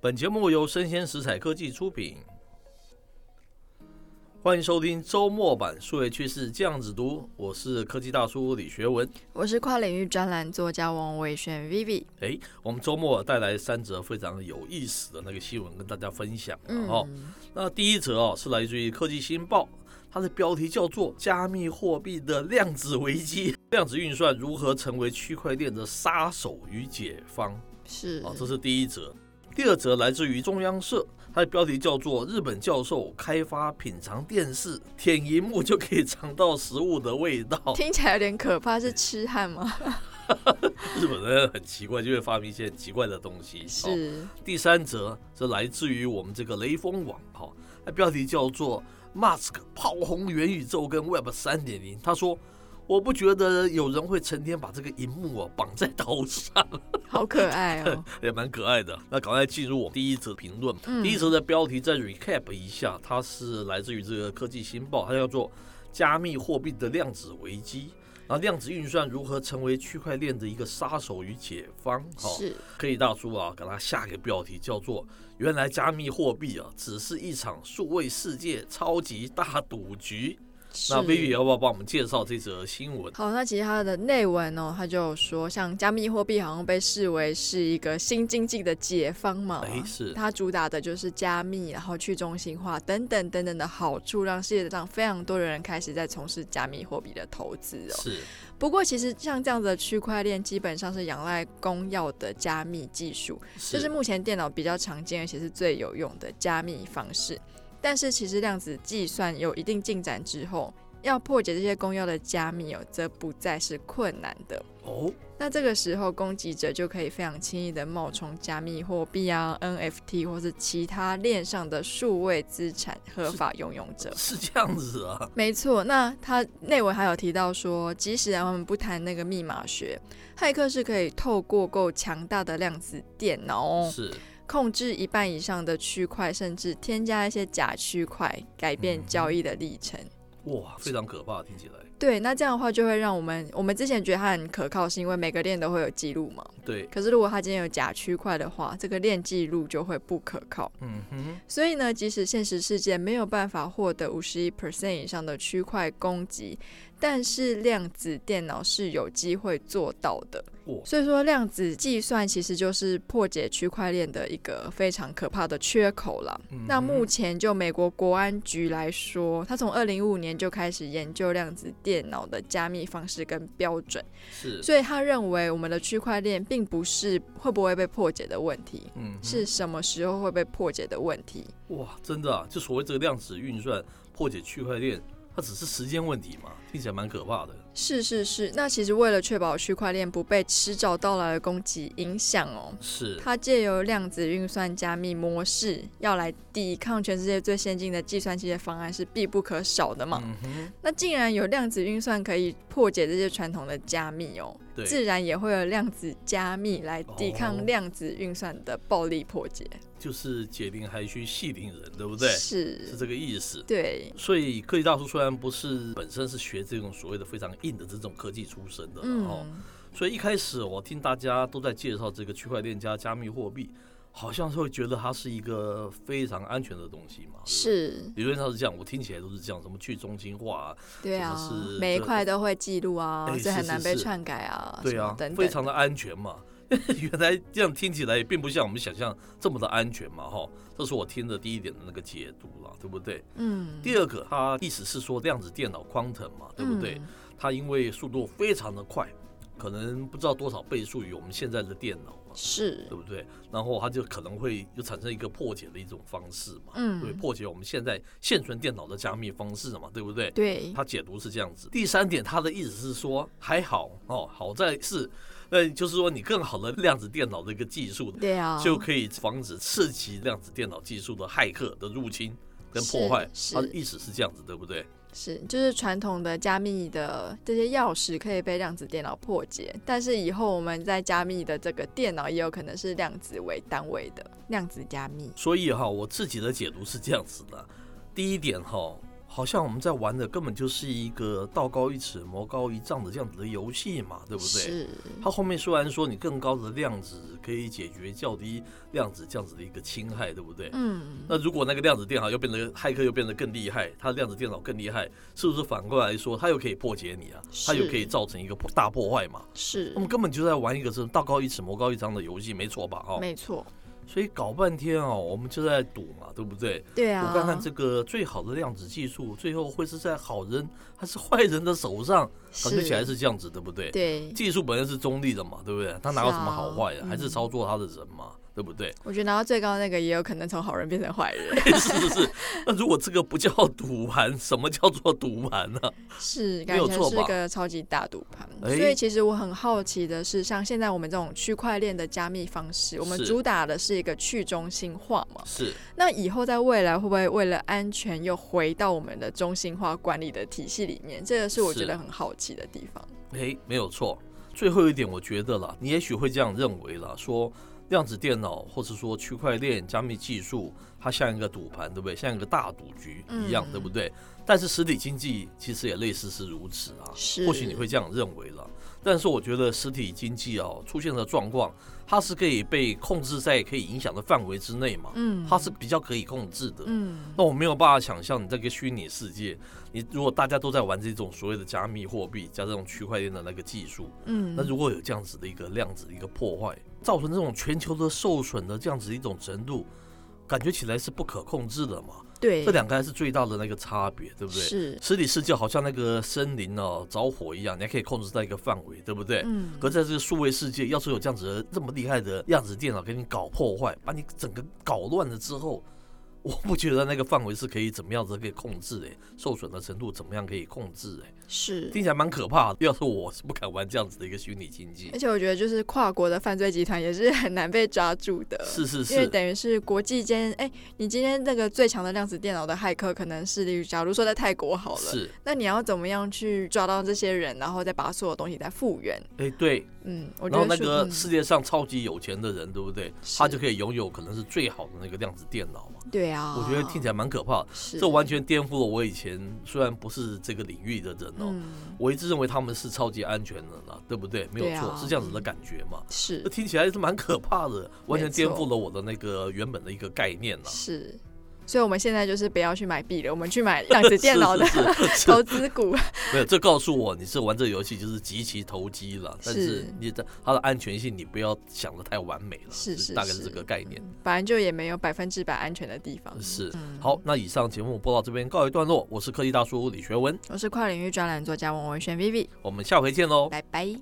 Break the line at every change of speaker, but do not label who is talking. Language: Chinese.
本节目由生鲜食材科技出品，欢迎收听周末版数位趋势这样子读，我是科技大叔李学文。
我是跨领域专栏作家王伟轩 Vivi。
诶，我们周末带来三则非常有意思的那个新闻跟大家分享啊
嗯，
哦。那第一则哦是来自于科技新报，它的标题叫做《加密货币的量子危机：量子运算如何成为区块链的杀手与解方》。
是
哦，这是第一则。第二则来自于中央社，它的标题叫做“日本教授开发品尝电视，舔一幕就可以尝到食物的味道。
听起来有点可怕，是痴汉吗？”
日本人很奇怪，就会发明一些很奇怪的东西。哦
是
第三则则来自于我们这个雷锋网，哈、哦，它标题叫做 “Mask 炮轰元宇宙跟 Web 三点零”。他说：“我不觉得有人会成天把这个荧幕哦绑在 头上。”
好可爱 哦。
也蛮可爱的。那赶快进入我们第一则评论。
嗯
第一则的标题再 recap 一下，它是来自于这个科技新报，它叫做《加密货币的量子危机》，然后量子运算如何成为区块链的一个杀手与解方。好，
是
科技大叔啊，给它下一个标题叫做“原来加密货币啊，只是一场数位世界超级大赌局”。
是
那 Vivi 哦要不要帮我们介绍这则新闻？
好，那其实它的内文哦，它就有说，像加密货币好像被视为是一个新经济的解放嘛。
哎，是
它主打的就是加密，然后去中心化等等等等的好处，让世界上非常多的人开始在从事加密货币的投资哦。
是，
不过，其实像这样子的区块链，基本上是仰赖公钥的加密技术，这是目前电脑比较常见而且是最有用的加密方式。但是，其实量子计算有一定进展之后，要破解这些公钥的加密哦，则不再是困难的。
哦，
那这个时候，攻击者就可以非常轻易的冒充加密货币啊、NFT 或是其他链上的数位资产合法拥有者。
是这样子啊。
没错，那他内文还有提到说，即使啊我们不谈那个密码学，骇客是可以透过够强大的量子电脑哦，
是，
控制一半以上的区块，甚至添加一些假区块，改变交易的历程。
哇，非常可怕，听起来。
对，那这样的话就会让我们，我们之前觉得它很可靠，是因为每个链都会有记录嘛。
对，
可是如果它今天有假区块的话，这个链记录就会不可靠。
嗯哼，
所以呢，即使现实世界没有办法获得五十一 percent 以上的区块供给，但是量子电脑是有机会做到的。
哇，
所以说，量子计算其实就是破解区块链的一个非常可怕的缺口了。
嗯
那目
哼
前就美国国安局来说，它从二零一五年就开始研究量子电脑的加密方式跟标准，
是，
所以他认为我们的区块链并不是会不会被破解的问题，
嗯哼，
是什么时候会被破解的问题。
哇，真的啊，就所谓这个量子运算破解区块链，它只是时间问题嘛，听起来蛮可怕的。
是是是，那其实为了确保区块链不被迟早到来的攻击影响哦，
是，
它借由量子运算加密模式，要来抵抗全世界最先进的计算机的方案是必不可少的嘛。
嗯哼，
那竟然有量子运算可以破解这些传统的加密哦，
对，
自然也会有量子加密来抵
哦
抗量子运算的暴力破解。
就是解铃还需系铃人，对不对？是
是，
这个意思。
对，
所以科技大叔虽然不是本身是学这种所谓的非常硬的这种科技出身的，哦然后、
嗯，
所以一开始我听大家都在介绍这个区块链加加密货币，好像是会觉得它是一个非常安全的东西嘛。对不对
是，
理论上是这样，我听起来都是这样，什么去中心化、
对啊
什么是，
每一
这
块都会记录啊，
哎
所以很
是
难
是
被
是
篡改啊，
对
什么
啊，
等等
非常的安全嘛。 原来这样听起来也并不像我们想象这么的安全嘛，哈，这是我听的第一点的那个解读了，对不对？
嗯，
第二个，它意思是说量子电脑 quantum 嘛，对不对？
嗯
它因为速度非常的快，可能不知道多少倍数于我们现在的电脑嘛，
是
对，不对？然后它就可能会又产生一个破解的一种方式嘛，对，
嗯，
破解我们现在现存电脑的加密方式嘛，对不对？
对，
他解读是这样子。第三点，他的意思是说还好哦，好在是，呃，就是说你更好的量子电脑的一个技术，
对啊，
就可以防止刺激量子电脑技术的骇客的入侵跟破坏。
是
他的
是
意思是这样子，对不对？
是就是传统的加密的这些钥匙可以被量子电脑破解，但是以后我们在加密的这个电脑也有可能是量子为单位的量子加密，
所以哈、我自己的解读是这样子的。第一点哈、好像我们在玩的根本就是一个道高一尺魔高一丈的这样子的游戏嘛，对不对？
是，
它后面虽然说你更高的量子可以解决较低量子这样子的一个侵害，对不对？
嗯，
那如果那个量子电脑又变得骇客又变得更厉害，它量子电脑更厉害，是不是反过来说它又可以破解你啊？它又
是
可以造成一个破大破坏嘛？
是
我，们根本就在玩一个是道高一尺魔高一丈的游戏，没错吧？哦，
没错，
所以搞半天哦，我们就在赌嘛，对不对？
对啊，
我看看这个最好的量子技术，最后会是在好人还是坏人的手上？
是
感觉起来是这样子，对不对？
对，
技术本身是中立的嘛，对不对？他哪有什么好坏
是
的，
啊
还是
嗯
操作他的人嘛，对不对？
我觉得拿到最高的那个也有可能从好人变成坏人，
是不是？那如果这个不叫赌盘，什么叫做赌盘呢、
是，
没
感
有
觉
错
是
吧
个超级大赌盘。
哎
所以其实我很好奇的是，像现在我们这种区块链的加密方式，我们
是
主打的是一个去中心化嘛？
是，
那以后在未来会不会为了安全又回到我们的中心化管理的体系里面？这个是我
是
觉得很好奇的地方。
诶，没有错。最后一点，我觉得啦，你也许会这样认为啦，说量子电脑或是说区块链加密技术，它像一个赌盘，对不对？像一个大赌局一样，
嗯
对不对？但是实体经济其实也类似是如此啊。
是
或许你会这样认为了，但是我觉得实体经济哦出现的状况，它是可以被控制在可以影响的范围之内嘛，
嗯，
它是比较可以控制的。
嗯
那我没有办法想象你这个虚拟世界，你如果大家都在玩这种所谓的加密货币加这种区块链的那个技术，
嗯，
那如果有这样子的一个量子的一个破坏，造成这种全球的受损的这样子的一种程度，感觉起来是不可控制的嘛。
对
这两个还是最大的那个差别，对不对？
是
实体世界好像那个森林哦着火一样，你还可以控制在一个范围，对不对？
嗯
可在这个数位世界，要是有这样子的这么厉害的量子电脑给你搞破坏，把你整个搞乱了之后， 我不觉得那个范围是可以怎么样子可以控制诶、受损的程度怎么样可以控制诶、
是。
听起来蛮可怕的。要是我是不敢玩这样子的一个虚拟经济
而，且我觉得，就是跨国的犯罪集团也是很难被抓住的。
是是
因为
是，
等于是国际间，哎、你今天那个最强的量子电脑的骇客，可能是例如假如说在泰国好了，
是，
那你要怎么样去抓到这些人，然后再把所有东西再复原？
哎、对。
嗯，我觉
然后
得
那
是
个
嗯
世界上超级有钱的人，对不对？
是
他就可以拥有可能是最好的那个量子电脑嘛。
对啊，
我觉得听起来蛮可怕的。
是
这完全颠覆了我以前虽然不是这个领域的人哦，
嗯
我一直认为他们是超级安全的啦，对不对？没有
对
错，
啊
是这样子的感觉嘛。
是
这听起来是蛮可怕的，完全
没错
颠覆了我的那个原本的一个概念啦。
是，所以我们现在就是不要去买币了，我们 去买量子电脑的
是是是是
投资股。
没有，这告诉我你是玩这个游戏就是极其投机了，但是
是
你的它的安全性你不要想的太完美了，
是是
大概是
是
这个概念。
反正就也没有百分之百安全的地方。
是
嗯
好，，那以上节目播到这边告一段落，我是科技大叔李学文，
我是跨领域专栏作家王文轩 Vivi，
我们下回见喽。
拜拜。